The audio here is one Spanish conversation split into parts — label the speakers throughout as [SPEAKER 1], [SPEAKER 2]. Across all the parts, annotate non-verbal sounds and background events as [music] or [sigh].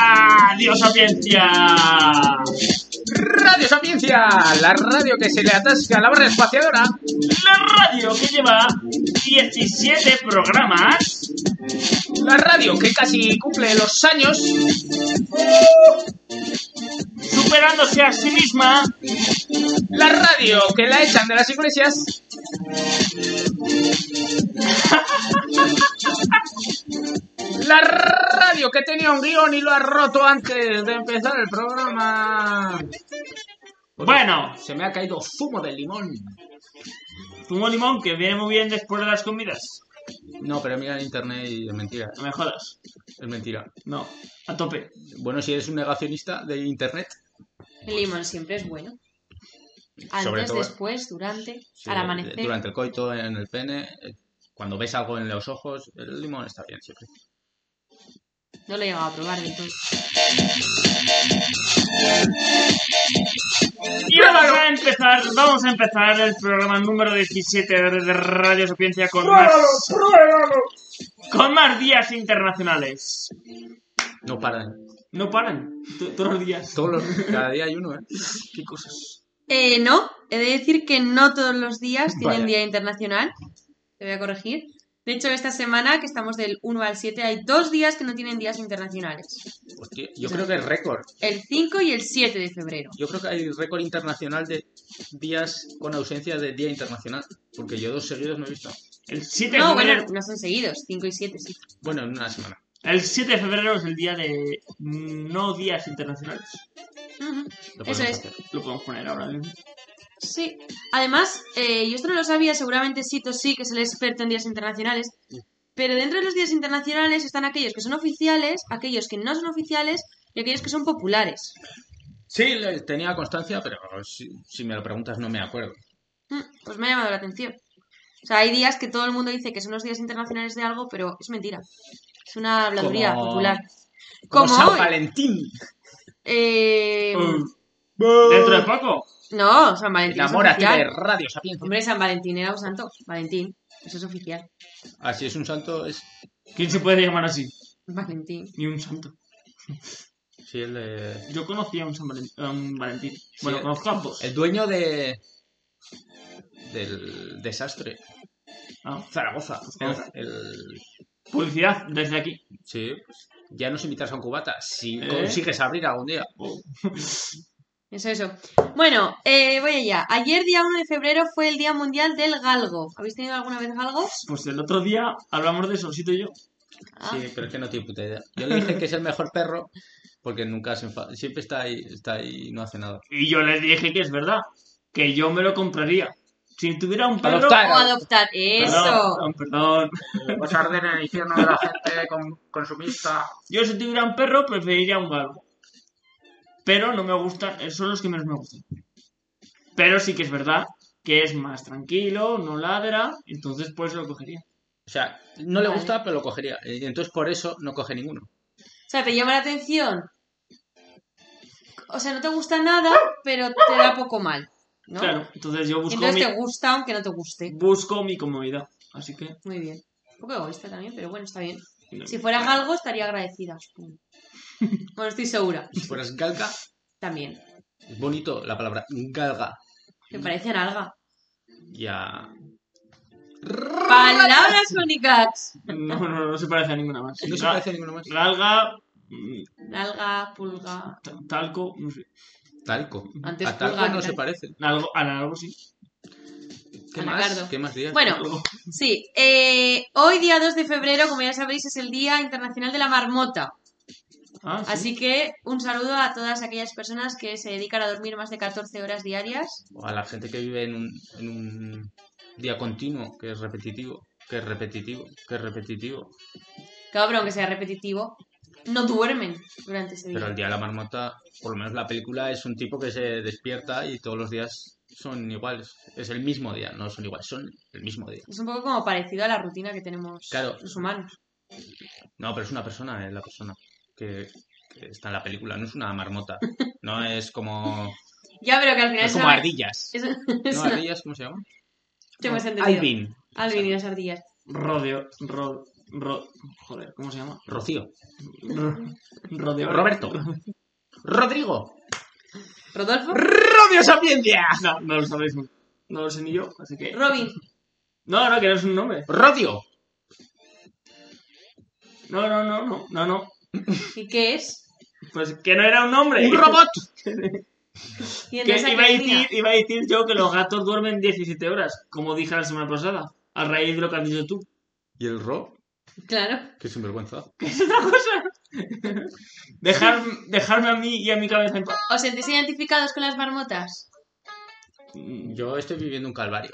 [SPEAKER 1] Radio Sapiencia.
[SPEAKER 2] Radio Sapiencia, la radio que se le atasca a la barra espaciadora.
[SPEAKER 1] La radio que lleva 17 programas.
[SPEAKER 2] La radio que casi cumple los años.
[SPEAKER 1] Superándose a sí misma.
[SPEAKER 2] La radio que la echan de las iglesias. [laughs] La radio que tenía un guión y lo ha roto antes de empezar el programa.
[SPEAKER 1] Bueno,
[SPEAKER 2] Se me ha caído zumo de limón.
[SPEAKER 1] zumo limón que viene muy bien después de las comidas.
[SPEAKER 2] No, pero mira en internet y es mentira.
[SPEAKER 1] No me jodas.
[SPEAKER 2] Es mentira.
[SPEAKER 1] No, a tope.
[SPEAKER 2] Bueno, si eres un negacionista de internet.
[SPEAKER 3] El limón siempre es bueno. Antes,
[SPEAKER 2] Pues Sobre todo-
[SPEAKER 3] después, durante,
[SPEAKER 2] sí,
[SPEAKER 3] al amanecer.
[SPEAKER 2] Durante el coito, en el pene. eh, Cuando ves algo en los ojos, el limón está bien siempre.
[SPEAKER 3] No lo he llegado a probar entonces.
[SPEAKER 1] Y vamos a empezar, vamos a empezar el programa número 17 de Radio Sapiencia con más, con más días internacionales.
[SPEAKER 2] No paran.
[SPEAKER 1] No paran, to- todos los días.
[SPEAKER 2] Todos los- cada día hay uno, ¿eh?
[SPEAKER 1] Qué cosas.
[SPEAKER 3] Eh, no, he de decir que no todos los días tienen
[SPEAKER 2] Vaya.
[SPEAKER 3] Día Internacional. Te voy a corregir. De hecho, esta semana, que estamos del 1 al 7, hay dos días que no tienen días internacionales.
[SPEAKER 2] Hostia, yo creo que es récord.
[SPEAKER 3] El 5 y el 7 de febrero.
[SPEAKER 2] Yo creo que hay récord internacional de días con ausencia de día internacional. Porque yo dos seguidos no he visto.
[SPEAKER 1] El 7 de
[SPEAKER 3] No,
[SPEAKER 1] febrero.
[SPEAKER 3] bueno, no son seguidos. 5 y 7, sí.
[SPEAKER 2] Bueno, en una semana.
[SPEAKER 1] El 7 de febrero es el día de no días internacionales.
[SPEAKER 3] Ujú.
[SPEAKER 2] Lo
[SPEAKER 3] Eso
[SPEAKER 2] podemos
[SPEAKER 3] es.
[SPEAKER 2] hacer.
[SPEAKER 1] Lo podemos poner ahora mismo.
[SPEAKER 3] Sí. Además, eh, yo esto no lo sabía, seguramente Sito sí, que es el experto en días internacionales. Pero dentro de los días internacionales están aquellos que son oficiales, aquellos que no son oficiales y aquellos que son populares.
[SPEAKER 2] Sí, le- tenía constancia, pero si, si me lo preguntas no me acuerdo.
[SPEAKER 3] Mm, Pues me ha llamado la atención. O sea, hay días que todo el mundo dice que son los días internacionales de algo, pero es mentira. Es una habladuría
[SPEAKER 2] Como-
[SPEAKER 3] popular.
[SPEAKER 2] Como
[SPEAKER 3] Como
[SPEAKER 2] San
[SPEAKER 3] hoy.
[SPEAKER 2] Valentín. Mm.
[SPEAKER 3] Eh,
[SPEAKER 1] Mm. Dentro de poco.
[SPEAKER 3] No, San Valentín es
[SPEAKER 2] Enamórate de
[SPEAKER 3] oficial.
[SPEAKER 2] Radio Sapiencia.
[SPEAKER 3] Hombre, San Valentín era un santo. Valentín, eso es oficial.
[SPEAKER 2] Así es un santo, es...
[SPEAKER 1] ¿Quién se puede llamar así?
[SPEAKER 3] Valentín.
[SPEAKER 1] Ni un santo.
[SPEAKER 2] Sí, el, eh,
[SPEAKER 1] Yo conocí a un, San Valen- a un Valentín. Bueno,
[SPEAKER 2] Sí.
[SPEAKER 1] conozco a dos.
[SPEAKER 2] el dueño de... del desastre.
[SPEAKER 1] Ah,
[SPEAKER 2] Zaragoza.
[SPEAKER 1] Zaragoza.
[SPEAKER 2] El-
[SPEAKER 1] publicidad desde aquí.
[SPEAKER 2] Sí, pues, ya nos invitas a un cubata. Si
[SPEAKER 1] ¿Eh?
[SPEAKER 2] consigues abrir algún día.
[SPEAKER 1] Oh.
[SPEAKER 3] Eso, eso. Bueno, eh, voy allá. Ayer, día 1 de febrero, fue el Día Mundial del Galgo. ¿Habéis tenido alguna vez galgos?
[SPEAKER 1] Pues el otro día hablamos de eso, Sito y yo.
[SPEAKER 3] Ah,
[SPEAKER 2] Sí, pero es que no tiene puta idea. Yo le dije que es el mejor perro porque nunca se enfada. Siempre está ahí, está ahí y no hace nada.
[SPEAKER 1] Y yo les dije que es verdad. Que yo me lo compraría. Si tuviera un perro...
[SPEAKER 2] Adoptar.
[SPEAKER 3] O adoptar. Eso.
[SPEAKER 1] Perdón, perdón.
[SPEAKER 2] Os pues arden el infierno de la gente consumista.
[SPEAKER 1] Yo si tuviera un perro preferiría un galgo. Pero no me gustan, eh, son los que menos me gustan. Pero sí que es verdad que es más tranquilo, no ladra, entonces pues lo cogería.
[SPEAKER 2] O sea, no le
[SPEAKER 3] Vale.
[SPEAKER 2] gusta, pero lo cogería. Y entonces por eso no coge ninguno.
[SPEAKER 3] O sea, te llama la atención. O sea, no te gusta nada, pero te da poco mal. ¿no?
[SPEAKER 1] Claro, entonces yo busco
[SPEAKER 3] Entonces te
[SPEAKER 1] mi
[SPEAKER 3] gusta aunque no te guste.
[SPEAKER 1] busco mi comodidad, así que
[SPEAKER 3] Muy bien. Un poco egoísta también, pero bueno, está bien.
[SPEAKER 1] no.
[SPEAKER 3] Si fuera galgo, estaría agradecida. supongo. Bueno, estoy segura.
[SPEAKER 2] Si fueras galga,
[SPEAKER 3] También.
[SPEAKER 2] es bonito la palabra galga.
[SPEAKER 3] Me parecen alga.
[SPEAKER 2] Ya.
[SPEAKER 3] Palabras únicas.
[SPEAKER 1] [laughs] no, no, no se parece a ninguna más.
[SPEAKER 2] No se
[SPEAKER 1] Ga-
[SPEAKER 2] parece a ninguno más.
[SPEAKER 1] Galga, mm,
[SPEAKER 3] Alga, pulga.
[SPEAKER 1] ta- talco, no sé.
[SPEAKER 2] Talco.
[SPEAKER 3] Antes
[SPEAKER 2] a talco
[SPEAKER 3] pulga,
[SPEAKER 2] no
[SPEAKER 3] tal-
[SPEAKER 2] se parece.
[SPEAKER 1] Algo, a algo sí.
[SPEAKER 2] ¿Qué
[SPEAKER 3] Anacardo.
[SPEAKER 2] más? ¿Qué más días?
[SPEAKER 3] Bueno,
[SPEAKER 1] Algo.
[SPEAKER 3] sí. eh, hoy, día 2 de febrero, como ya sabéis, es el Día Internacional de la Marmota.
[SPEAKER 1] Ah, sí.
[SPEAKER 3] Así que un saludo a todas aquellas personas que se dedican a dormir más de 14 horas diarias.
[SPEAKER 2] O a la gente que vive en un, en un día continuo, que es repetitivo, que es repetitivo, que es repetitivo.
[SPEAKER 3] Cabrón, que sea repetitivo. No duermen durante ese
[SPEAKER 2] Pero
[SPEAKER 3] día.
[SPEAKER 2] el día de la marmota, por lo menos la película, es un tipo que se despierta y todos los días son iguales. Es el mismo día, no son iguales, son el mismo día.
[SPEAKER 3] Es un poco como parecido a la rutina que tenemos
[SPEAKER 2] Claro.
[SPEAKER 3] los humanos.
[SPEAKER 2] No, pero es una persona, es la persona que, que está en la película, no es una marmota. No es como. no
[SPEAKER 3] Ya, pero que al final
[SPEAKER 2] es
[SPEAKER 3] es
[SPEAKER 2] como
[SPEAKER 3] una-
[SPEAKER 2] ardillas.
[SPEAKER 3] es-
[SPEAKER 2] ¿No ardillas? ¿Cómo se llama?
[SPEAKER 3] Te hemos entendido.
[SPEAKER 2] Alvin.
[SPEAKER 3] Alvin y las ardillas.
[SPEAKER 1] Rodeo, ro- Ro- Joder, ¿cómo se llama?
[SPEAKER 2] Rocío.
[SPEAKER 1] Ro- Rodeo.
[SPEAKER 2] Roberto. Rodrigo.
[SPEAKER 3] Rodolfo.
[SPEAKER 1] ¡Rodio Sapiencia! [laughs] No, no lo sabéis. No lo sé ni yo, así que.
[SPEAKER 3] Robin.
[SPEAKER 1] No, no, que no es un nombre.
[SPEAKER 2] Rodio.
[SPEAKER 1] No, no, no, no, no, no.
[SPEAKER 3] ¿Y qué es?
[SPEAKER 1] Pues que no era un nombre.
[SPEAKER 2] Un robot.
[SPEAKER 3] ¿Y
[SPEAKER 1] Que
[SPEAKER 3] entonces a
[SPEAKER 1] iba, a
[SPEAKER 3] qué venía?
[SPEAKER 1] decir, iba a decir yo que los gatos duermen 17 horas, como dije la semana pasada, a raíz de lo que has dicho tú.
[SPEAKER 2] ¿Y el Ro?
[SPEAKER 3] Claro.
[SPEAKER 2] Qué sinvergüenza.
[SPEAKER 1] Dejar, dejarme a mí y a mi cabeza en paz. [laughs]
[SPEAKER 3] ¿Os sentís identificados con las marmotas?
[SPEAKER 1] Mm,
[SPEAKER 2] Yo estoy viviendo un calvario.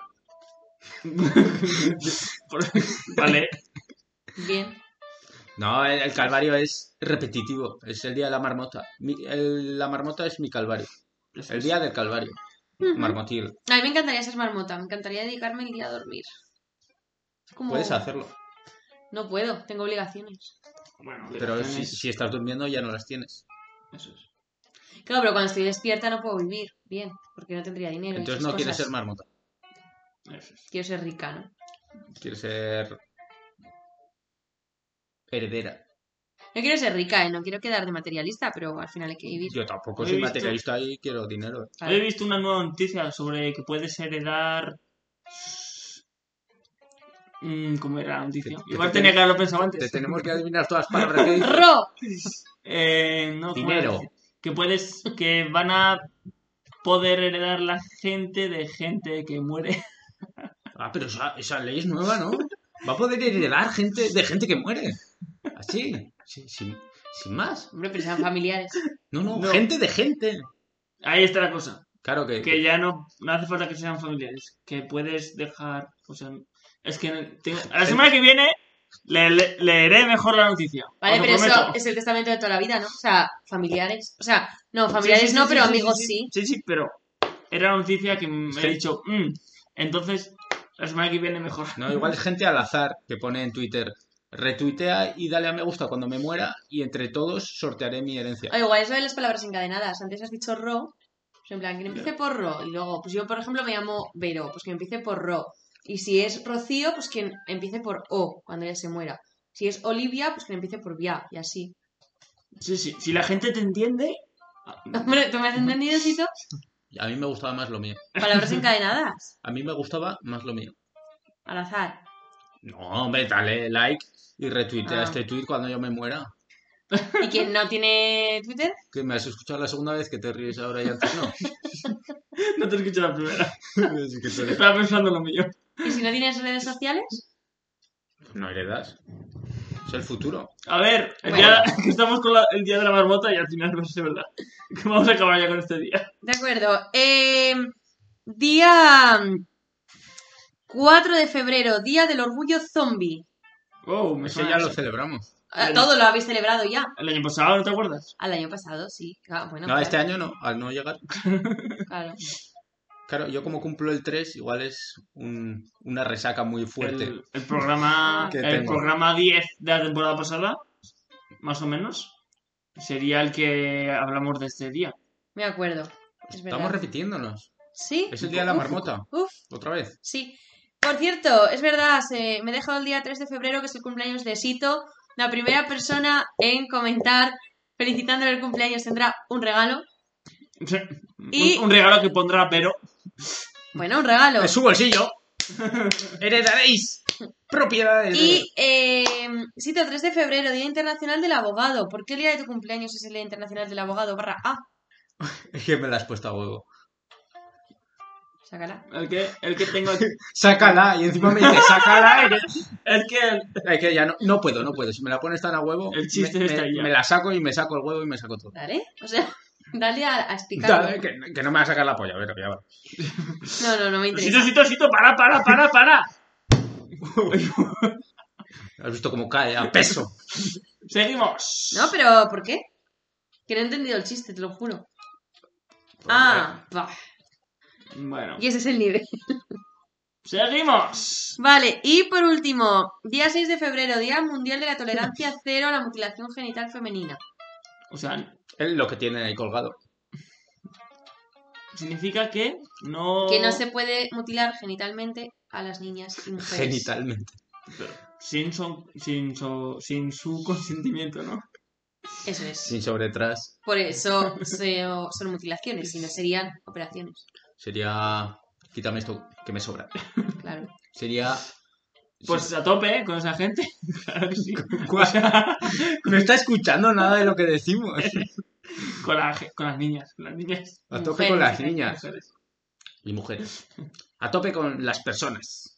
[SPEAKER 1] por- Vale.
[SPEAKER 3] Bien.
[SPEAKER 2] No, el, el calvario es repetitivo. Es el día de la marmota. Mi- el- la marmota es mi calvario. El día del calvario. Mm. Marmotil.
[SPEAKER 3] A mí me encantaría ser marmota. Me encantaría dedicarme el día a dormir. Es como-
[SPEAKER 2] Puedes hacerlo.
[SPEAKER 3] No puedo. Tengo obligaciones.
[SPEAKER 1] Bueno,
[SPEAKER 2] Pero si,
[SPEAKER 1] obligaciones,
[SPEAKER 2] si estás durmiendo ya no las tienes.
[SPEAKER 1] eso es.
[SPEAKER 3] Claro, pero cuando estoy despierta no puedo vivir. Bien. Porque no tendría dinero. y
[SPEAKER 2] Entonces
[SPEAKER 3] esas
[SPEAKER 2] no quieres
[SPEAKER 3] cosas.
[SPEAKER 2] ser marmota.
[SPEAKER 1] Eso es.
[SPEAKER 3] Quiero ser rica, ¿no?
[SPEAKER 2] Quieres ser... Heredera.
[SPEAKER 3] Yo quiero ser rica, ¿eh? No quiero quedar de materialista, pero al final hay que vivir.
[SPEAKER 2] Yo tampoco
[SPEAKER 1] He
[SPEAKER 2] soy
[SPEAKER 1] visto-
[SPEAKER 2] materialista y quiero dinero. eh.
[SPEAKER 3] Claro.
[SPEAKER 1] He visto una nueva noticia sobre que puedes heredar. Mm, ¿Cómo era la noticia?
[SPEAKER 2] Te-
[SPEAKER 1] Igual
[SPEAKER 2] te tenemos-
[SPEAKER 1] tenía que haberlo pensado
[SPEAKER 2] Te
[SPEAKER 1] antes.
[SPEAKER 2] tenemos que adivinar todas las palabras
[SPEAKER 3] [laughs]
[SPEAKER 2] que dices.
[SPEAKER 3] ¡Ro!
[SPEAKER 1] Eh, no, ¿cómo era?
[SPEAKER 2] Dinero.
[SPEAKER 1] Que puedes. que van a poder heredar la gente de gente que muere. [laughs]
[SPEAKER 2] Ah, pero esa, esa ley es nueva, ¿no? Va a poder heredar gente de gente que muere. Así. sí, sin, sin más.
[SPEAKER 3] Hombre, pero sean
[SPEAKER 1] [laughs]
[SPEAKER 3] familiares.
[SPEAKER 2] No, no,
[SPEAKER 1] No.
[SPEAKER 2] gente de gente.
[SPEAKER 1] Ahí está la cosa.
[SPEAKER 2] Claro que,
[SPEAKER 1] Que ya no, no hace falta que sean familiares. Que puedes dejar. O sea, es que. no- tengo- a la semana que viene le, le- leeré mejor la noticia.
[SPEAKER 3] Vale,
[SPEAKER 1] Os lo
[SPEAKER 3] pero eso
[SPEAKER 1] prometo.
[SPEAKER 3] es el testamento de toda la vida, ¿no? O sea, familiares. O sea, no,
[SPEAKER 1] Sí,
[SPEAKER 3] familiares
[SPEAKER 1] sí, sí,
[SPEAKER 3] no,
[SPEAKER 1] sí,
[SPEAKER 3] pero
[SPEAKER 1] sí,
[SPEAKER 3] amigos
[SPEAKER 1] sí,
[SPEAKER 3] sí.
[SPEAKER 1] sí. Sí, sí, pero era una noticia que me
[SPEAKER 2] Sí.
[SPEAKER 1] he dicho. "Mm, entonces, la semana que viene mejor.
[SPEAKER 2] No, igual es gente al azar que pone en Twitter. Retuitea y dale a me gusta cuando me muera y entre todos sortearé mi herencia.
[SPEAKER 3] O Ah, igual eso de las palabras encadenadas. Antes has dicho ro. pues en plan, que empiece por ro. Y luego, pues yo, por ejemplo, me llamo Vero. Pues que empiece por ro. Y si es Rocío, pues que empiece por o, cuando ella se muera. Si es Olivia, pues que empiece por via. Y así.
[SPEAKER 1] Sí, sí. Si la gente te entiende. [laughs]
[SPEAKER 3] [laughs] Hombre, ¿tú me has entendido, Sito?
[SPEAKER 2] Y A mí me gustaba más lo mío.
[SPEAKER 3] Palabras encadenadas.
[SPEAKER 2] A mí me gustaba más lo mío.
[SPEAKER 3] Al azar.
[SPEAKER 2] No, hombre, dale like y retuitea
[SPEAKER 3] Ah.
[SPEAKER 2] este tweet cuando yo me muera.
[SPEAKER 3] ¿Y quien no tiene Twitter?
[SPEAKER 2] Que me has escuchado la segunda vez que te ríes ahora y antes [laughs] no.
[SPEAKER 1] No te escucho la primera.
[SPEAKER 2] Así que tú eres-
[SPEAKER 1] Estaba pensando lo mío.
[SPEAKER 3] ¿Y si no tienes redes sociales?
[SPEAKER 2] No heredas. Es el futuro.
[SPEAKER 1] A ver, el
[SPEAKER 3] Bueno.
[SPEAKER 1] día- [laughs] que estamos con la- el día de la marmota y al final no sé, ¿verdad? [laughs] Que vamos a acabar ya con este día.
[SPEAKER 3] De acuerdo. Eh, día 4 de febrero, Día del Orgullo Zombie.
[SPEAKER 1] Oh, me
[SPEAKER 2] Eso
[SPEAKER 1] suena
[SPEAKER 2] ya
[SPEAKER 1] eso.
[SPEAKER 2] lo celebramos.
[SPEAKER 3] Ah,
[SPEAKER 1] El-
[SPEAKER 3] Todo lo habéis celebrado ya.
[SPEAKER 1] El año pasado, ¿no te acuerdas?
[SPEAKER 3] Al año pasado, sí. Ah, bueno,
[SPEAKER 2] No,
[SPEAKER 3] claro,
[SPEAKER 2] este año no, al no llegar.
[SPEAKER 3] claro.
[SPEAKER 2] Claro, yo como cumplo el 3, igual es un- una resaca muy fuerte.
[SPEAKER 1] El, el programa,
[SPEAKER 2] [laughs] Que
[SPEAKER 1] el
[SPEAKER 2] tengo.
[SPEAKER 1] programa 10 de la temporada pasada, más o menos, sería el que hablamos de este día. [laughs]
[SPEAKER 3] Me acuerdo. Es
[SPEAKER 2] Estamos
[SPEAKER 3] verdad.
[SPEAKER 2] repitiéndonos.
[SPEAKER 3] Sí.
[SPEAKER 2] Es el día de la
[SPEAKER 3] Uf,
[SPEAKER 2] marmota,
[SPEAKER 3] Uf,
[SPEAKER 2] otra [laughs] vez.
[SPEAKER 3] sí. Por cierto, es verdad, se- me he dejado el día 3 de febrero, que es el cumpleaños de Sito. La primera persona en comentar felicitándole el cumpleaños tendrá un regalo. Y-
[SPEAKER 1] Un, un regalo que pondrá, pero
[SPEAKER 3] Bueno, un regalo.
[SPEAKER 2] De su bolsillo heredaréis propiedades.
[SPEAKER 3] Y eh, sitio 3 de febrero, Día Internacional del Abogado. ¿Por qué el día de tu cumpleaños es el Día Internacional del Abogado? Barra A.
[SPEAKER 2] de- Que me la has puesto a huevo.
[SPEAKER 3] Sácala.
[SPEAKER 1] el que, el que tengo
[SPEAKER 3] [laughs]
[SPEAKER 1] aquí.
[SPEAKER 2] Sácala, y encima me dice, sácala. y-
[SPEAKER 1] Es que el-
[SPEAKER 2] Ay, que ya no, no puedo, no puedo. Si me la pones tan a huevo,
[SPEAKER 1] El chiste
[SPEAKER 2] me,
[SPEAKER 1] está
[SPEAKER 2] me-
[SPEAKER 1] ya.
[SPEAKER 2] me la saco y me saco el huevo y me saco todo.
[SPEAKER 3] Dale. O sea, [laughs] dale a, a
[SPEAKER 2] Dale,
[SPEAKER 3] explicarlo.
[SPEAKER 2] que, que no me va a sacar la polla, a ver, ya va.
[SPEAKER 3] No, no, no me
[SPEAKER 1] Sito,
[SPEAKER 3] interesa.
[SPEAKER 1] sito, sito, para, para, para, para.
[SPEAKER 2] [laughs] Has visto cómo cae a peso. [laughs]
[SPEAKER 1] Seguimos.
[SPEAKER 3] No, pero ¿por qué? Que no he entendido el chiste, te lo juro. Ah, bah.
[SPEAKER 1] Bueno,
[SPEAKER 3] Y ese es el nivel. [laughs]
[SPEAKER 1] seguimos.
[SPEAKER 3] Vale, y por último, día 6 de febrero, Día Mundial de
[SPEAKER 2] [laughs]
[SPEAKER 3] la Tolerancia Cero a la Mutilación Genital Femenina.
[SPEAKER 1] O sea,
[SPEAKER 2] Es lo que tienen ahí colgado.
[SPEAKER 1] significa que no.
[SPEAKER 2] Pues.
[SPEAKER 3] Que no se puede mutilar genitalmente a las niñas y mujeres.
[SPEAKER 2] Genitalmente.
[SPEAKER 1] Sin, son- sin, so- sin su [laughs] consentimiento, ¿no?
[SPEAKER 3] Eso es.
[SPEAKER 2] Sin sobretras.
[SPEAKER 3] Por eso se- o- son mutilaciones, si no serían operaciones.
[SPEAKER 2] Sería. Quítame esto que me sobra.
[SPEAKER 3] Claro.
[SPEAKER 2] Sería.
[SPEAKER 1] Pues a tope, ¿eh? Con esa gente. [laughs] Claro que sí.
[SPEAKER 2] ¿Cuál? [laughs] No está escuchando nada de lo que decimos.
[SPEAKER 1] Con, la ge- con las niñas. Con las niñas.
[SPEAKER 2] A tope con las
[SPEAKER 3] Mujeres,
[SPEAKER 2] niñas
[SPEAKER 1] mujeres
[SPEAKER 2] y mujeres. A tope con las personas.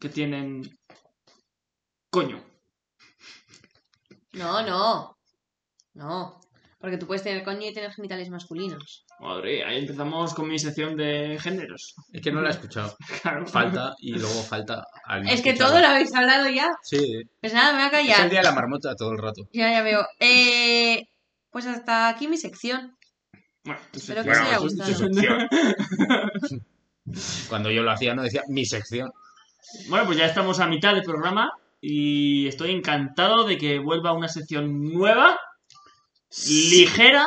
[SPEAKER 1] Que tienen. Coño.
[SPEAKER 3] No, no. No. Porque tú puedes tener coño y tener genitales masculinos.
[SPEAKER 1] Madre, ahí empezamos con mi sección de géneros. [laughs]
[SPEAKER 2] Es que no la he escuchado.
[SPEAKER 1] Claro.
[SPEAKER 2] Falta y luego falta. al no
[SPEAKER 3] Es que
[SPEAKER 2] escucharla.
[SPEAKER 3] todo lo habéis hablado ya.
[SPEAKER 2] Sí,
[SPEAKER 3] Pues nada, me voy a
[SPEAKER 2] es el
[SPEAKER 3] callar.
[SPEAKER 2] día de la marmota todo el rato.
[SPEAKER 3] Ya, ya veo. Eh, pues hasta aquí mi sección.
[SPEAKER 1] Bueno, pues tu
[SPEAKER 3] Espero que
[SPEAKER 1] sección.
[SPEAKER 3] os haya
[SPEAKER 1] Bueno,
[SPEAKER 3] gustado.
[SPEAKER 1] tu [laughs] sección.
[SPEAKER 2] Cuando yo lo hacía no decía mi sección.
[SPEAKER 1] Bueno, pues ya estamos a mitad del programa y estoy encantado de que vuelva una sección nueva, ligera,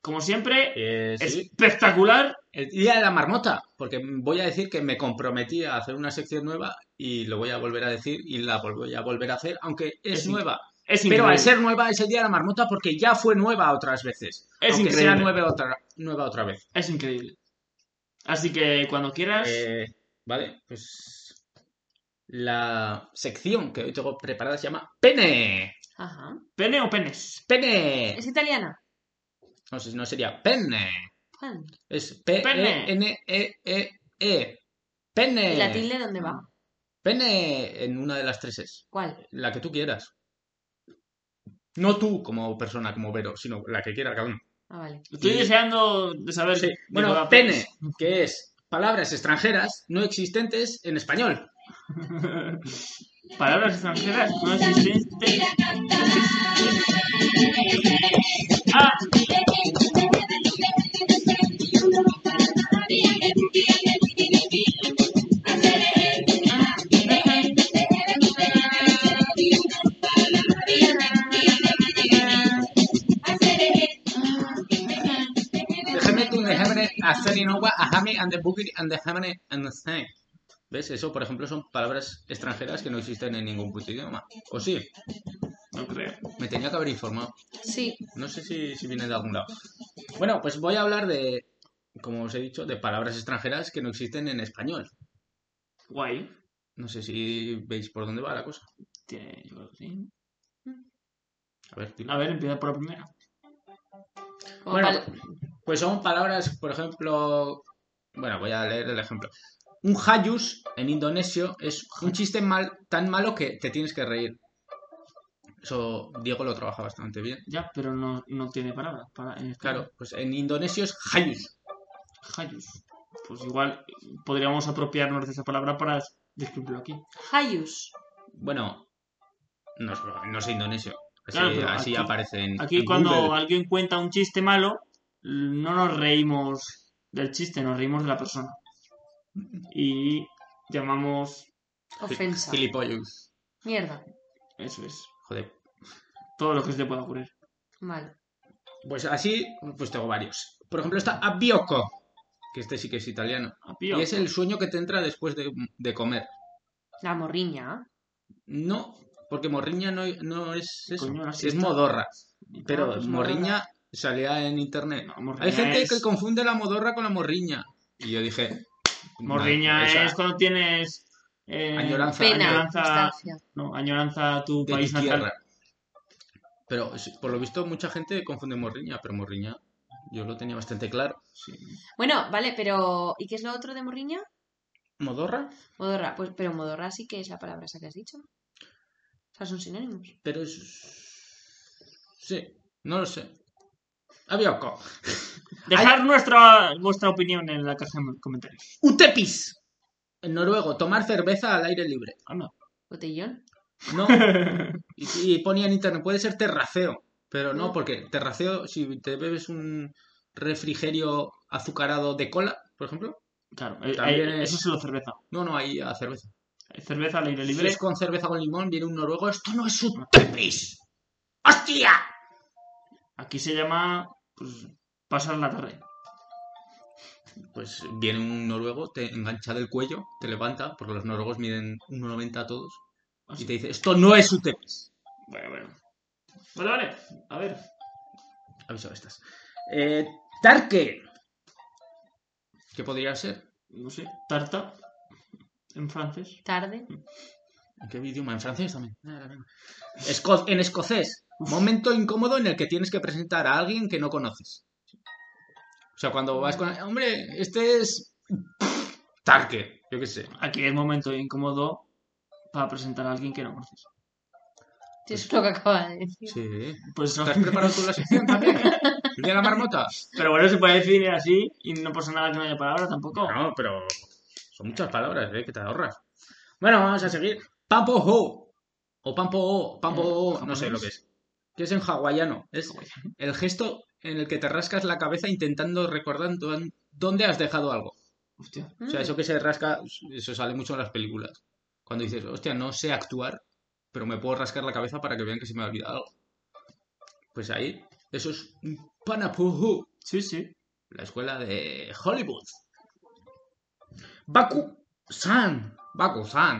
[SPEAKER 1] como siempre,
[SPEAKER 2] Eh, sí.
[SPEAKER 1] espectacular.
[SPEAKER 2] El día de la marmota, porque voy a decir que me comprometí a hacer una sección nueva y lo voy a volver a decir y la vol- voy a volver a hacer, aunque es,
[SPEAKER 1] Es inc-
[SPEAKER 2] nueva.
[SPEAKER 1] Es
[SPEAKER 2] Pero
[SPEAKER 1] increíble.
[SPEAKER 2] al ser nueva es el día de la marmota porque ya fue nueva otras veces.
[SPEAKER 1] Es
[SPEAKER 2] aunque sea
[SPEAKER 1] increíble.
[SPEAKER 2] nueva otra, nueva otra vez.
[SPEAKER 1] Es increíble. Así que cuando quieras,
[SPEAKER 2] Eh, vale, pues la sección que hoy tengo preparada se llama Pene.
[SPEAKER 3] Ajá.
[SPEAKER 1] pene o penes.
[SPEAKER 2] Pene.
[SPEAKER 3] Es italiana.
[SPEAKER 2] No sé, no sería pene.
[SPEAKER 3] Juan.
[SPEAKER 2] Es P-E-N-E-E-E. Pene.
[SPEAKER 3] ¿Y la tilde dónde va?
[SPEAKER 2] Pene en una de las tres es.
[SPEAKER 3] ¿Cuál?
[SPEAKER 2] La que tú quieras. No tú como persona, como Vero, sino la que quiera cada uno.
[SPEAKER 3] Ah, vale.
[SPEAKER 1] Estoy
[SPEAKER 2] Y-
[SPEAKER 1] deseando de saber.
[SPEAKER 2] Sí.
[SPEAKER 1] de
[SPEAKER 2] Bueno,
[SPEAKER 1] toda
[SPEAKER 2] pene, que es palabras extranjeras no existentes en español.
[SPEAKER 1] Palabras extranjeras no existen. Ah,
[SPEAKER 2] Déjame tú, déjame hacer y no va a Hammy and the Boogie and the Hammer and the Thing. ¿Ves? Eso, por ejemplo, son palabras extranjeras que no existen en ningún puto idioma. O sí,
[SPEAKER 1] no creo.
[SPEAKER 2] me tenía que haber informado.
[SPEAKER 3] Sí.
[SPEAKER 2] No sé si, si viene de algún lado. Bueno, pues voy a hablar de, como os he dicho, de palabras extranjeras que no existen en español.
[SPEAKER 1] Guay.
[SPEAKER 2] No sé si veis por dónde va la cosa.
[SPEAKER 1] Tiene- yo creo que sí.
[SPEAKER 2] A ver, dilo.
[SPEAKER 1] A ver, empieza por la primera.
[SPEAKER 3] Como
[SPEAKER 2] Bueno,
[SPEAKER 3] pal-
[SPEAKER 2] pues son palabras, por ejemplo. Bueno, voy a leer el ejemplo. Un hayus en indonesio es un chiste mal, tan malo que te tienes que reír. Eso Diego lo trabaja bastante bien.
[SPEAKER 1] Ya, pero no, no tiene palabra. Para, en este español.
[SPEAKER 2] Claro, pues en indonesio es hayus.
[SPEAKER 1] Hayus. Pues igual podríamos apropiarnos de esa palabra para describirlo aquí.
[SPEAKER 3] Hayus.
[SPEAKER 2] Bueno, no es, no es indonesio. Así,
[SPEAKER 1] Claro, pero
[SPEAKER 2] así
[SPEAKER 1] aquí-
[SPEAKER 2] aparece en.
[SPEAKER 1] Aquí
[SPEAKER 2] en
[SPEAKER 1] cuando
[SPEAKER 2] Google.
[SPEAKER 1] alguien cuenta un chiste malo, no nos reímos del chiste, nos reímos de la persona. Y llamamos...
[SPEAKER 3] Ofensa.
[SPEAKER 2] Gilipollus.
[SPEAKER 3] Mierda.
[SPEAKER 1] Eso es.
[SPEAKER 2] Joder.
[SPEAKER 1] Todo lo que se te pueda ocurrir.
[SPEAKER 3] Vale.
[SPEAKER 2] Pues así, pues tengo varios. Por ejemplo, está abioco, que este sí que es italiano.
[SPEAKER 1] A pío.
[SPEAKER 2] Y es el sueño que te entra después de, de comer.
[SPEAKER 3] La morriña.
[SPEAKER 2] No, porque morriña no, no es eso.
[SPEAKER 1] Coño, la
[SPEAKER 2] es
[SPEAKER 1] siesta.
[SPEAKER 2] modorra. Pero
[SPEAKER 3] Ah, pues
[SPEAKER 2] morriña salía en internet.
[SPEAKER 1] No, morriña
[SPEAKER 2] Hay gente
[SPEAKER 1] Pues es-
[SPEAKER 2] que confunde la modorra con la morriña. Y yo dije.
[SPEAKER 1] Morriña
[SPEAKER 2] "Nah, esa-
[SPEAKER 1] es cuando tienes... eh,
[SPEAKER 2] Añoranza.
[SPEAKER 3] Pena.
[SPEAKER 1] añoranza-
[SPEAKER 3] Nostalgia.
[SPEAKER 1] no, añoranza a tu
[SPEAKER 2] de tu
[SPEAKER 1] país natal.
[SPEAKER 2] tierra. Pero sí, por lo visto, mucha gente confunde morriña, pero morriña yo lo tenía bastante claro.
[SPEAKER 1] Sí.
[SPEAKER 3] Bueno, vale, pero. ¿Y qué es lo otro de morriña?
[SPEAKER 2] Modorra,
[SPEAKER 3] Modorra. Pues, pero modorra sí que es la palabra esa que has dicho. O sea, son sinónimos.
[SPEAKER 2] pero es. Sí, no lo sé. Abioco.
[SPEAKER 1] Dejad nuestra, vuestra opinión en la caja de
[SPEAKER 2] [laughs]
[SPEAKER 1] comentarios.
[SPEAKER 2] Utepis. En noruego, tomar cerveza al aire libre.
[SPEAKER 1] Anda.
[SPEAKER 3] Botellón.
[SPEAKER 2] No, y, y ponía en internet, puede ser terraceo, pero no,
[SPEAKER 3] No.
[SPEAKER 2] porque terraceo, si te bebes un refrigerio azucarado de cola, por ejemplo,
[SPEAKER 1] Claro, eh,
[SPEAKER 2] También
[SPEAKER 1] eh,
[SPEAKER 2] es-
[SPEAKER 1] eso es solo cerveza.
[SPEAKER 2] no, no, hay a cerveza.
[SPEAKER 1] Cerveza al aire
[SPEAKER 2] Si
[SPEAKER 1] libre.
[SPEAKER 2] es con cerveza con limón, viene un noruego, esto no es un tepis. ¡Hostia!
[SPEAKER 1] Aquí se llama pues, pasar la tarde.
[SPEAKER 2] Pues viene un noruego, te engancha del cuello, te levanta, porque los noruegos miden 1,90 todos, Y te dice, esto no es UTPs.
[SPEAKER 1] Bueno, bueno. Vale, vale. A ver.
[SPEAKER 2] Aviso estas. Eh, Tarque. ¿Qué podría ser?
[SPEAKER 1] No sé. Tarta. En francés.
[SPEAKER 3] Tarde.
[SPEAKER 2] Mm. ¿En qué idioma? En francés también. Ah, la venga. Esco- en escocés. Momento incómodo en el que tienes que presentar a alguien que no conoces. O sea, cuando vas con. Hombre, este es. Tarque. Yo qué sé.
[SPEAKER 1] Aquí es momento incómodo para presentar a alguien que no conoces.
[SPEAKER 3] Sí, es lo que acaba de decir.
[SPEAKER 2] Sí.
[SPEAKER 1] Pues
[SPEAKER 2] ¿Te has preparado tú la sección [laughs] también? ¿El de la marmota?
[SPEAKER 1] [laughs] Pero bueno, se puede definir así y no pasa nada que no haya palabra tampoco.
[SPEAKER 2] No, pero son muchas palabras, ¿eh? Que te ahorras. Bueno, vamos a seguir. Pampo ho. O pampo o, Eh, pampo o, no sé lo que es. Que es en hawaiano. Es el gesto en el que te rascas la cabeza intentando recordar dón- dónde has dejado algo.
[SPEAKER 1] Hostia.
[SPEAKER 2] O
[SPEAKER 3] Mm.
[SPEAKER 2] sea, eso que se rasca, eso sale mucho en las películas. Cuando dices, hostia, no sé actuar, pero me puedo rascar la cabeza para que vean que se me ha olvidado algo. Pues ahí, eso es un panapuhu
[SPEAKER 1] Sí, sí.
[SPEAKER 2] la escuela de Hollywood. Baku-san, Baku-san.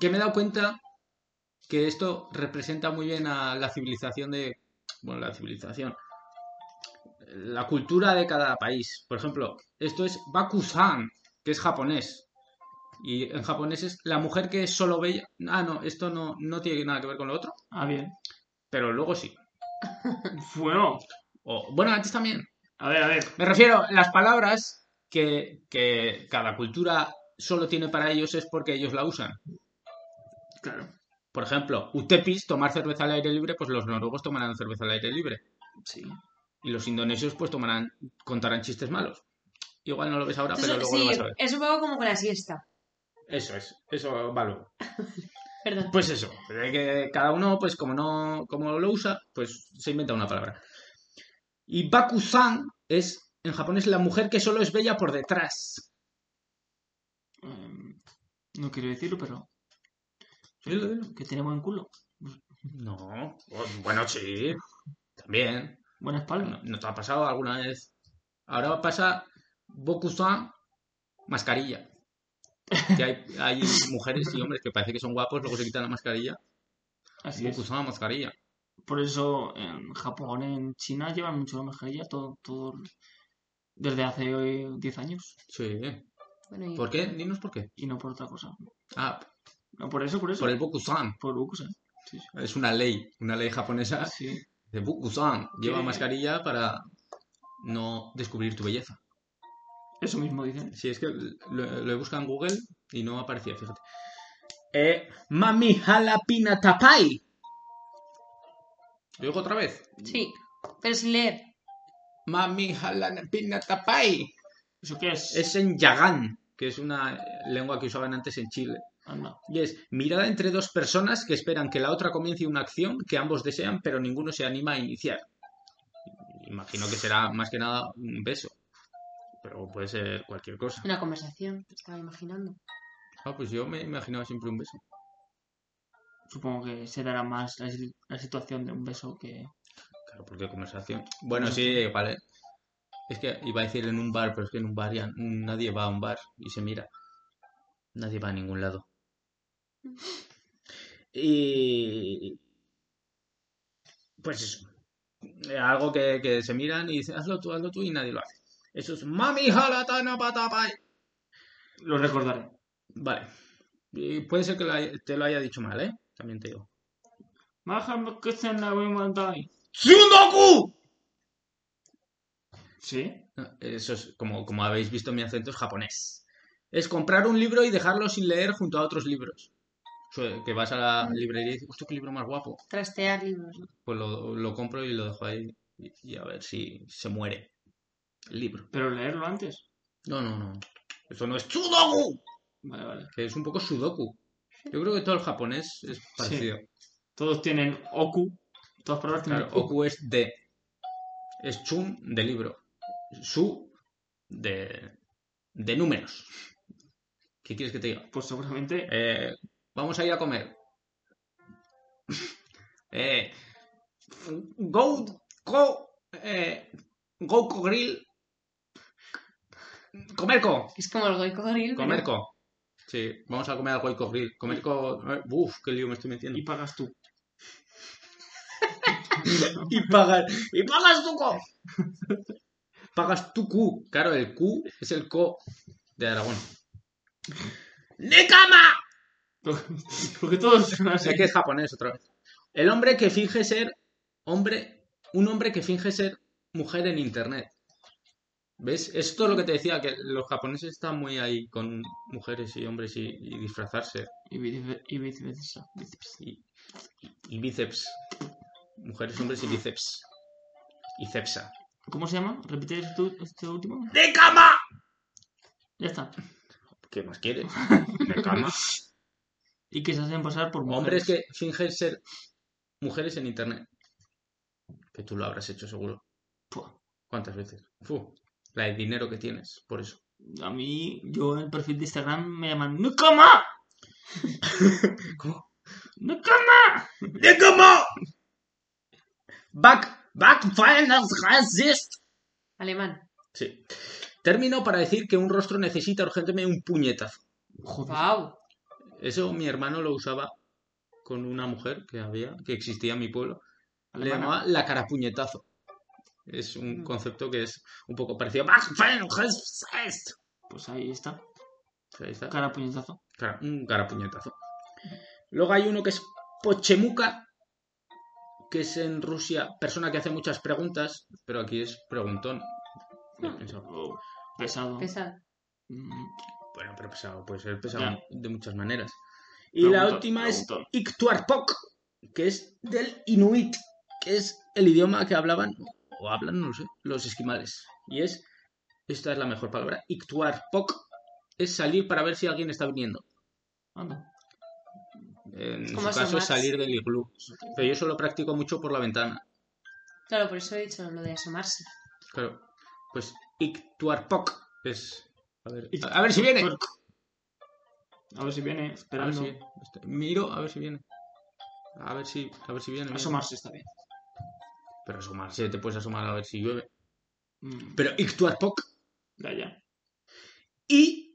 [SPEAKER 2] Que me he dado cuenta que esto representa muy bien a la civilización de... Bueno, la civilización. La cultura de cada país. Por ejemplo, esto es Baku-san, que es japonés. Y en japonés es la mujer que es solo bella. Ah, no, esto no, no tiene nada que ver con lo otro.
[SPEAKER 1] Ah, bien.
[SPEAKER 2] Pero luego sí.
[SPEAKER 1] Bueno,
[SPEAKER 2] O, bueno, antes también.
[SPEAKER 1] a ver, a ver.
[SPEAKER 2] Me refiero, las palabras que, que cada cultura solo tiene para ellos es porque ellos la usan.
[SPEAKER 1] Claro.
[SPEAKER 2] Por ejemplo, utepis, tomar cerveza al aire libre, pues los noruegos tomarán cerveza al aire libre.
[SPEAKER 1] Sí.
[SPEAKER 2] Y los indonesios, pues tomarán, contarán chistes malos. Igual no lo ves ahora,
[SPEAKER 3] Entonces,
[SPEAKER 2] pero luego
[SPEAKER 3] sí,
[SPEAKER 2] lo vas a ver.
[SPEAKER 3] es un poco como con la siesta.
[SPEAKER 2] Eso es, eso va luego.
[SPEAKER 3] [laughs] Perdón.
[SPEAKER 2] Pues eso, de que cada uno, pues como no, como lo usa, pues se inventa una palabra. Y Bakusan es, en japonés, la mujer que solo es bella por detrás.
[SPEAKER 1] Em, no quiero decirlo, pero.
[SPEAKER 2] Dilo, dilo.
[SPEAKER 1] Que tiene buen culo.
[SPEAKER 2] No, pues, bueno, sí, también.
[SPEAKER 1] Buena
[SPEAKER 2] ¿No,
[SPEAKER 1] espalda.
[SPEAKER 2] no te ha pasado alguna vez? Ahora pasa Bokusan mascarilla. Que hay, hay mujeres y hombres que parece que son guapos, luego se quitan la mascarilla.
[SPEAKER 1] Así es.
[SPEAKER 2] Bokusan mascarilla.
[SPEAKER 1] Por eso en Japón, en China llevan mucho la mascarilla todo, todo desde hace eh, 10 años
[SPEAKER 2] Sí.
[SPEAKER 3] Bueno, y-
[SPEAKER 2] ¿Por qué? Dinos por qué.
[SPEAKER 1] y no por otra cosa.
[SPEAKER 2] Ah,
[SPEAKER 1] No por eso, por eso.
[SPEAKER 2] por el Bokusan.
[SPEAKER 1] Por Ucsa. Sí, sí.
[SPEAKER 2] Es una ley, una ley japonesa
[SPEAKER 1] Sí.
[SPEAKER 2] de Bokusan. Lleva
[SPEAKER 1] Sí.
[SPEAKER 2] mascarilla para no descubrir tu belleza.
[SPEAKER 1] Eso mismo dicen.
[SPEAKER 2] Si es que lo, lo he buscado en Google y no aparecía, fíjate. Eh, Mami Jalapina Tapai. Lo digo otra vez.
[SPEAKER 3] Sí, pero sin leer.
[SPEAKER 2] Mami Jalapina Tapai.
[SPEAKER 1] ¿Eso qué es?
[SPEAKER 2] Es en Yagán, que es una lengua que usaban antes en Chile.
[SPEAKER 1] Anda.
[SPEAKER 2] Y es mirada entre dos personas que esperan que la otra comience una acción que ambos desean, pero ninguno se anima a iniciar. Imagino que será más que nada un beso. Pero puede ser cualquier cosa.
[SPEAKER 3] Una conversación, estaba imaginando.
[SPEAKER 2] Ah, pues yo me imaginaba siempre un beso.
[SPEAKER 1] Supongo que se dará más la, si- la situación de un beso que.
[SPEAKER 2] Claro, porque conversación. Bueno, sí, vale. Es que iba a decir en un bar, pero es que en un bar ya nadie va a un bar y se mira. Nadie va a ningún lado. Y. Pues eso. Eh, Algo que, que se miran y dicen, hazlo tú, hazlo tú, y nadie lo hace. Eso es Mami Jalatana Patapai.
[SPEAKER 1] Lo recordaré.
[SPEAKER 2] Vale. Y puede ser que lo haya- te lo haya dicho mal, ¿eh? También te digo.
[SPEAKER 1] Májame que se la voy a mandar.
[SPEAKER 2] ¡Tsundoku!
[SPEAKER 1] ¿Sí?
[SPEAKER 2] No, Eso es, como, como habéis visto, mi acento es japonés. Es comprar un libro y dejarlo sin leer junto a otros libros. O sea, que vas a la librería y dices, hostia, qué libro más guapo.
[SPEAKER 3] Trastear libros. ¿no?
[SPEAKER 2] Pues lo, lo compro y lo dejo ahí y, y a ver si se muere el libro.
[SPEAKER 1] Pero leerlo antes.
[SPEAKER 2] No, no, no. Eso no es Sudoku,
[SPEAKER 1] Vale, vale.
[SPEAKER 2] que es un poco Sudoku. Yo creo que todo el japonés es parecido.
[SPEAKER 1] Todos tienen oku. Todas palabras tienen
[SPEAKER 2] Claro, Oku es de. Es chun de libro. Su de. de números. ¿Qué quieres que te diga?
[SPEAKER 1] Pues seguramente.
[SPEAKER 2] Eh, vamos a ir a comer. [laughs] Eh, go, go, eh, go co grill. Comerco,
[SPEAKER 3] Es como el goico grill. pero-
[SPEAKER 2] comerco. Sí, vamos a comer al Goico Grill. Comer con... Uf, qué lío me estoy metiendo.
[SPEAKER 1] Y pagas tú. [laughs]
[SPEAKER 2] Y pagas... ¡Y pagas tu co! [laughs] pagas tu Q. Claro, el Q es el co de Aragón. ¡Nekama!
[SPEAKER 1] Porque todos son así.
[SPEAKER 2] Sé que es japonés otra vez. El hombre que finge ser hombre, un hombre que finge ser mujer en internet. ¿Ves? Esto es lo que te decía, que los japoneses están muy ahí con mujeres y hombres y, y disfrazarse.
[SPEAKER 1] Y vice- y viceversa.
[SPEAKER 2] Y, y- y bíceps. Mujeres, hombres y bíceps. Y cepsa.
[SPEAKER 1] ¿Cómo se llama? ¿Repite este, u- este último?
[SPEAKER 2] ¡De cama!
[SPEAKER 1] Ya está.
[SPEAKER 2] ¿Qué más quieres? [laughs] De cama.
[SPEAKER 1] Y que se hacen pasar por
[SPEAKER 2] Hombres
[SPEAKER 1] mujeres.
[SPEAKER 2] que fingen ser mujeres en internet. Que tú lo habrás hecho seguro.
[SPEAKER 1] Pua.
[SPEAKER 2] ¿Cuántas veces? Fu. La de dinero que tienes, por eso.
[SPEAKER 1] A mí, yo en el perfil de Instagram me llaman ¡Nukama!
[SPEAKER 2] ¿Cómo?
[SPEAKER 1] ¡Nukama!
[SPEAKER 2] ¡De cómo! Back, back, final racist.
[SPEAKER 3] Alemán.
[SPEAKER 2] Sí. Término para decir que un rostro necesita urgentemente un puñetazo. Ah,
[SPEAKER 1] Joder.
[SPEAKER 3] Wow.
[SPEAKER 2] Eso mi hermano lo usaba con una mujer que había, que existía en mi pueblo. Le
[SPEAKER 1] alemana.
[SPEAKER 2] llamaba la cara puñetazo. Es un
[SPEAKER 3] Mm.
[SPEAKER 2] concepto que es un poco parecido. Back, final racist.
[SPEAKER 1] Pues ahí está.
[SPEAKER 2] Ahí está.
[SPEAKER 1] Cara puñetazo.
[SPEAKER 2] Cara- un carapuñetazo. Luego hay uno que es Pochemuka, que es en Rusia, persona que hace muchas preguntas, pero aquí es preguntón. Yo he pensado,
[SPEAKER 1] Oh, pesado.
[SPEAKER 3] Pesado.
[SPEAKER 1] Mm,
[SPEAKER 2] Bueno, pero pesado, puede ser pesado
[SPEAKER 1] Ya.
[SPEAKER 2] de muchas maneras. Y la
[SPEAKER 1] Preguntón,
[SPEAKER 2] última
[SPEAKER 1] preguntón.
[SPEAKER 2] es Iktuarpok, que es del Inuit, que es el idioma que hablaban, o hablan, no lo sé, los esquimales. Y es, esta es la mejor palabra, Iktuarpok, es salir para ver si alguien está viniendo.
[SPEAKER 1] Anda.
[SPEAKER 2] En su
[SPEAKER 3] Como
[SPEAKER 2] caso es
[SPEAKER 3] asomarse.
[SPEAKER 2] salir del iglú. Pero yo eso lo practico mucho por la ventana.
[SPEAKER 3] Claro, por eso he dicho lo de asomarse.
[SPEAKER 2] Claro. Pues Iktuarpok es... A ver, a ver si viene.
[SPEAKER 1] Por- A ver si viene,
[SPEAKER 2] A ver
[SPEAKER 1] esperando.
[SPEAKER 2] si- este, miro a ver si viene. A ver si, a ver si viene. viene.
[SPEAKER 1] Asomarse está bien.
[SPEAKER 2] Pero asomarse, te puedes asomar a ver si llueve.
[SPEAKER 1] Mm,
[SPEAKER 2] Pero Iktuarpok.
[SPEAKER 1] Ya, ya.
[SPEAKER 2] Y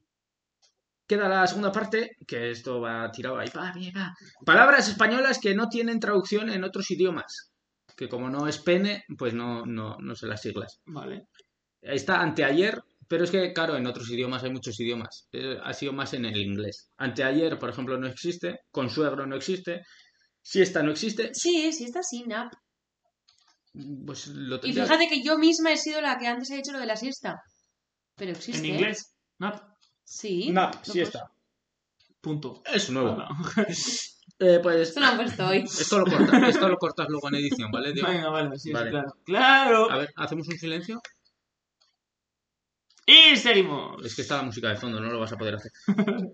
[SPEAKER 2] queda la segunda parte, que esto va tirado ahí. pa, pa, pa. Palabras españolas que no tienen traducción en otros idiomas. Que como no es pene, pues no, no, no sé las siglas.
[SPEAKER 1] Vale.
[SPEAKER 2] Está anteayer, pero es que, claro, en otros idiomas hay muchos idiomas. Eh, ha sido más en el inglés. Anteayer, por ejemplo, no existe. Consuegro no existe. Siesta no existe.
[SPEAKER 3] Sí, sí, está así, nap.
[SPEAKER 2] Pues lo
[SPEAKER 3] Y
[SPEAKER 2] tendría-
[SPEAKER 3] fíjate que yo misma he sido la que antes he hecho lo de la siesta. Pero existe.
[SPEAKER 1] En
[SPEAKER 3] ¿eh?
[SPEAKER 1] inglés, nap,
[SPEAKER 3] Sí.
[SPEAKER 2] Nap,
[SPEAKER 3] No, pues,
[SPEAKER 2] siesta.
[SPEAKER 1] punto.
[SPEAKER 2] Es nuevo.
[SPEAKER 3] Ah,
[SPEAKER 1] Hala.
[SPEAKER 2] Eh, pues
[SPEAKER 3] Esto lo han puesto hoy.
[SPEAKER 2] esto lo cortas, esto lo cortas luego en edición, ¿vale?
[SPEAKER 3] [laughs]
[SPEAKER 2] Diego?
[SPEAKER 1] [laughs] Venga, vale, sí, sí,
[SPEAKER 2] Vale.
[SPEAKER 1] claro. ¡Claro!
[SPEAKER 2] A ver, hacemos un silencio.
[SPEAKER 1] Y seguimos.
[SPEAKER 2] Es que está la música de fondo, no lo vas a poder hacer.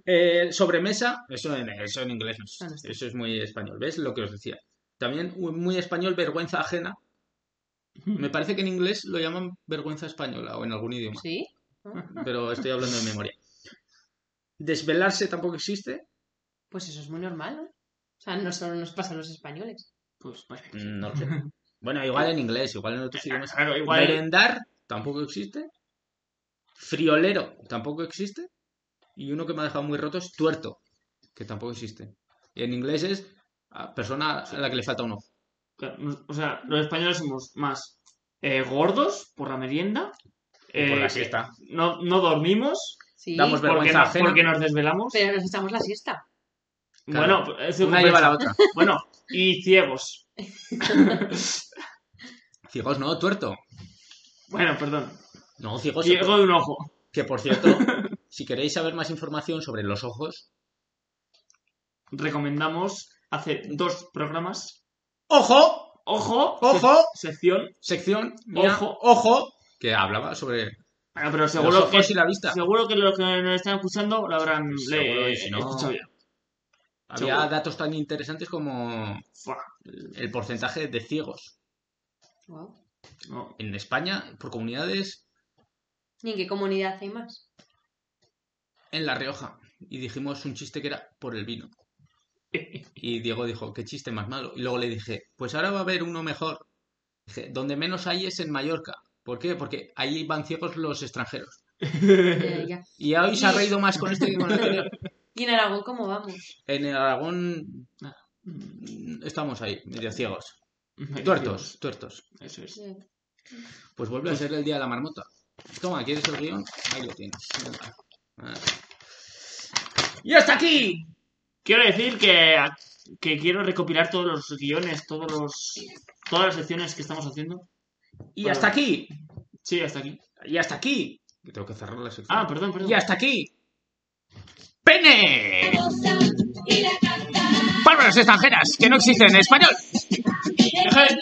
[SPEAKER 2] Eh, sobremesa, eso en, eso en inglés, no es-
[SPEAKER 3] Ah, no está.
[SPEAKER 2] eso es muy español, ¿ves lo que os decía? También muy español, vergüenza ajena. Me parece que en inglés lo llaman vergüenza española o en algún idioma,
[SPEAKER 3] Sí.
[SPEAKER 2] pero estoy hablando de memoria. Desvelarse tampoco existe.
[SPEAKER 3] Pues eso es muy normal, ¿no? O sea, no solo nos pasa a los españoles.
[SPEAKER 1] Pues vale.
[SPEAKER 2] Mm, No lo sé. Bueno, igual en inglés, igual en otros
[SPEAKER 1] [laughs]
[SPEAKER 2] idiomas.
[SPEAKER 1] Claro, igual.
[SPEAKER 2] Merendar tampoco existe. Friolero tampoco existe. Y uno que me ha dejado muy roto es tuerto, que tampoco existe. En inglés es ah, persona a la que le falta un ojo.
[SPEAKER 1] claro, no- O sea, los españoles somos más eh, gordos por la merienda. eh, que No, no dormimos
[SPEAKER 3] Sí.
[SPEAKER 2] Damos ver-
[SPEAKER 1] porque
[SPEAKER 2] Vergüenza
[SPEAKER 1] nos,
[SPEAKER 2] ajena.
[SPEAKER 1] porque nos desvelamos.
[SPEAKER 3] Pero nos echamos la siesta.
[SPEAKER 1] Bueno,
[SPEAKER 2] Claro.
[SPEAKER 1] pues, eso
[SPEAKER 2] Una lleva a la otra.
[SPEAKER 1] Bueno, y ciegos.
[SPEAKER 2] Ciegos no, tuerto.
[SPEAKER 1] Bueno, perdón.
[SPEAKER 2] No, ciegos.
[SPEAKER 1] Ciego de un ojo.
[SPEAKER 2] Que por cierto, si queréis saber más información sobre los ojos,
[SPEAKER 1] Recomendamos hace dos programas.
[SPEAKER 2] ¡Ojo!
[SPEAKER 1] Ojo,
[SPEAKER 2] ¡Ojo!
[SPEAKER 1] se- sección.
[SPEAKER 2] Sección, mía,
[SPEAKER 1] Ojo.
[SPEAKER 2] ojo, que hablaba sobre
[SPEAKER 1] Ah, pero
[SPEAKER 2] los
[SPEAKER 1] seguro que,
[SPEAKER 2] ojos y la vista.
[SPEAKER 1] seguro que los que nos están escuchando lo habrán
[SPEAKER 2] Seguro,
[SPEAKER 1] le-
[SPEAKER 2] y si no-
[SPEAKER 1] escuchado ya.
[SPEAKER 2] Había
[SPEAKER 1] seguro.
[SPEAKER 2] datos tan interesantes como
[SPEAKER 1] Fua,
[SPEAKER 2] el porcentaje de ciegos.
[SPEAKER 3] Wow.
[SPEAKER 2] [laughs]
[SPEAKER 1] no.
[SPEAKER 2] En España, por comunidades,
[SPEAKER 3] ¿Y en qué comunidad hay más?
[SPEAKER 2] en La Rioja. Y dijimos un chiste que era por el vino. Y Diego dijo, qué chiste más malo. Y luego le dije, pues ahora va a haber uno mejor. Dije, donde menos hay es en Mallorca. ¿Por qué? Porque ahí van ciegos los extranjeros.
[SPEAKER 3] Eh, ya.
[SPEAKER 2] Y hoy se ha reído más con este que con el anterior.
[SPEAKER 3] ¿Y en Aragón cómo vamos?
[SPEAKER 2] En el Aragón mm, estamos ahí, medio ciegos. Tuertos, tuertos.
[SPEAKER 1] Eso es.
[SPEAKER 3] Sí.
[SPEAKER 2] Pues vuelve a ser el día de la marmota. Toma, ¿quieres el guión? Ahí lo tienes. Ah.
[SPEAKER 1] ¡Y hasta aquí! Quiero decir que, que quiero recopilar todos los guiones, todos los, todas las secciones que estamos haciendo.
[SPEAKER 2] Y hasta aquí.
[SPEAKER 1] Sí, hasta aquí.
[SPEAKER 2] Y hasta aquí. Que tengo que cerrar la sección.
[SPEAKER 1] Ah, perdón, perdón.
[SPEAKER 2] y hasta aquí. ¡Pene!
[SPEAKER 4] y la canta.
[SPEAKER 2] Palabras extranjeras que no existen en español.
[SPEAKER 1] Ejé.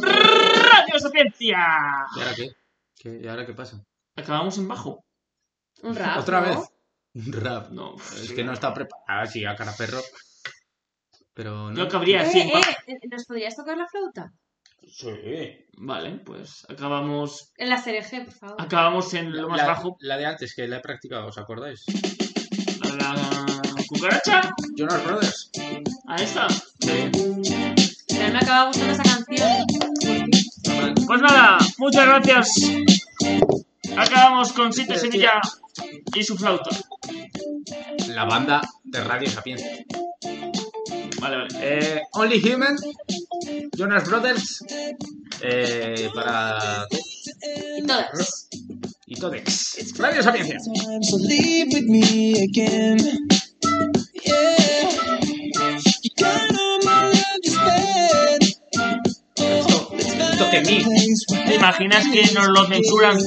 [SPEAKER 1] ¡Radio Sapiencia!
[SPEAKER 2] ¿Y ahora qué? ¿Qué- ¿Y ahora qué pasa?
[SPEAKER 1] Acabamos en bajo.
[SPEAKER 3] Un rap.
[SPEAKER 2] ¿Otra
[SPEAKER 3] ¿no?
[SPEAKER 2] vez? [laughs] Un Rap.
[SPEAKER 1] No,
[SPEAKER 2] Pues Es que no está preparada, sí, a cara perro. Pero no.
[SPEAKER 1] Yo cabría así. en
[SPEAKER 3] Eh,
[SPEAKER 1] bajo.
[SPEAKER 3] eh, eh, ¿Nos podrías tocar la flauta?
[SPEAKER 2] Sí.
[SPEAKER 1] Vale, pues acabamos.
[SPEAKER 3] En la cereje, por favor.
[SPEAKER 1] Acabamos en lo más
[SPEAKER 2] La,
[SPEAKER 1] bajo.
[SPEAKER 2] la de antes que la he practicado, ¿os acordáis?
[SPEAKER 1] A la cucaracha.
[SPEAKER 2] Jonas Brothers.
[SPEAKER 1] A esta.
[SPEAKER 3] Pero me acaba gustando esa canción.
[SPEAKER 1] Pues nada, muchas gracias. Acabamos con Sito Sevilla y su flauta.
[SPEAKER 2] La banda de Radio Sapiencia.
[SPEAKER 1] Vale, vale.
[SPEAKER 2] Eh, Only Human. Jonas Brothers. Eh, para.
[SPEAKER 3] Y todas.
[SPEAKER 2] Y Todex. Radio Sapiencia.
[SPEAKER 5] time, so leave with me again. Yeah, you got all my love to spend.
[SPEAKER 2] Esto, esto que mí.
[SPEAKER 5] Place where
[SPEAKER 1] ¿Te imaginas que nos lo censuran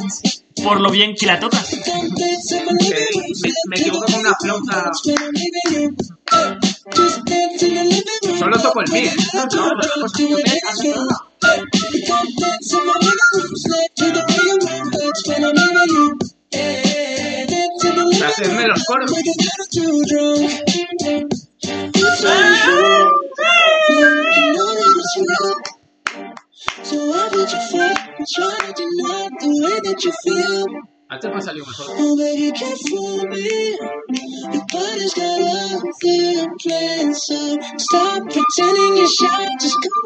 [SPEAKER 1] por lo bien que la tocas?
[SPEAKER 5] conflicts of living
[SPEAKER 2] que me, me equivoco con una flauta.
[SPEAKER 5] when I'm leaving you. Uh, Just dance in the living room.
[SPEAKER 2] Solo toco el pie.
[SPEAKER 5] No, no, no, do it extra. Uh, you got dance in my living room, slide to the rhythm. That's when I'm leaving you. Yeah, dance in the living room.
[SPEAKER 2] Hacerme los coros.
[SPEAKER 5] With a little too drunk. So why would you fight and try to deny the way that you feel?
[SPEAKER 2] Antes me ha salido mejor.
[SPEAKER 5] Oh, baby, can't fool me. Your body's got other plans, so stop pretending you're shy. Just go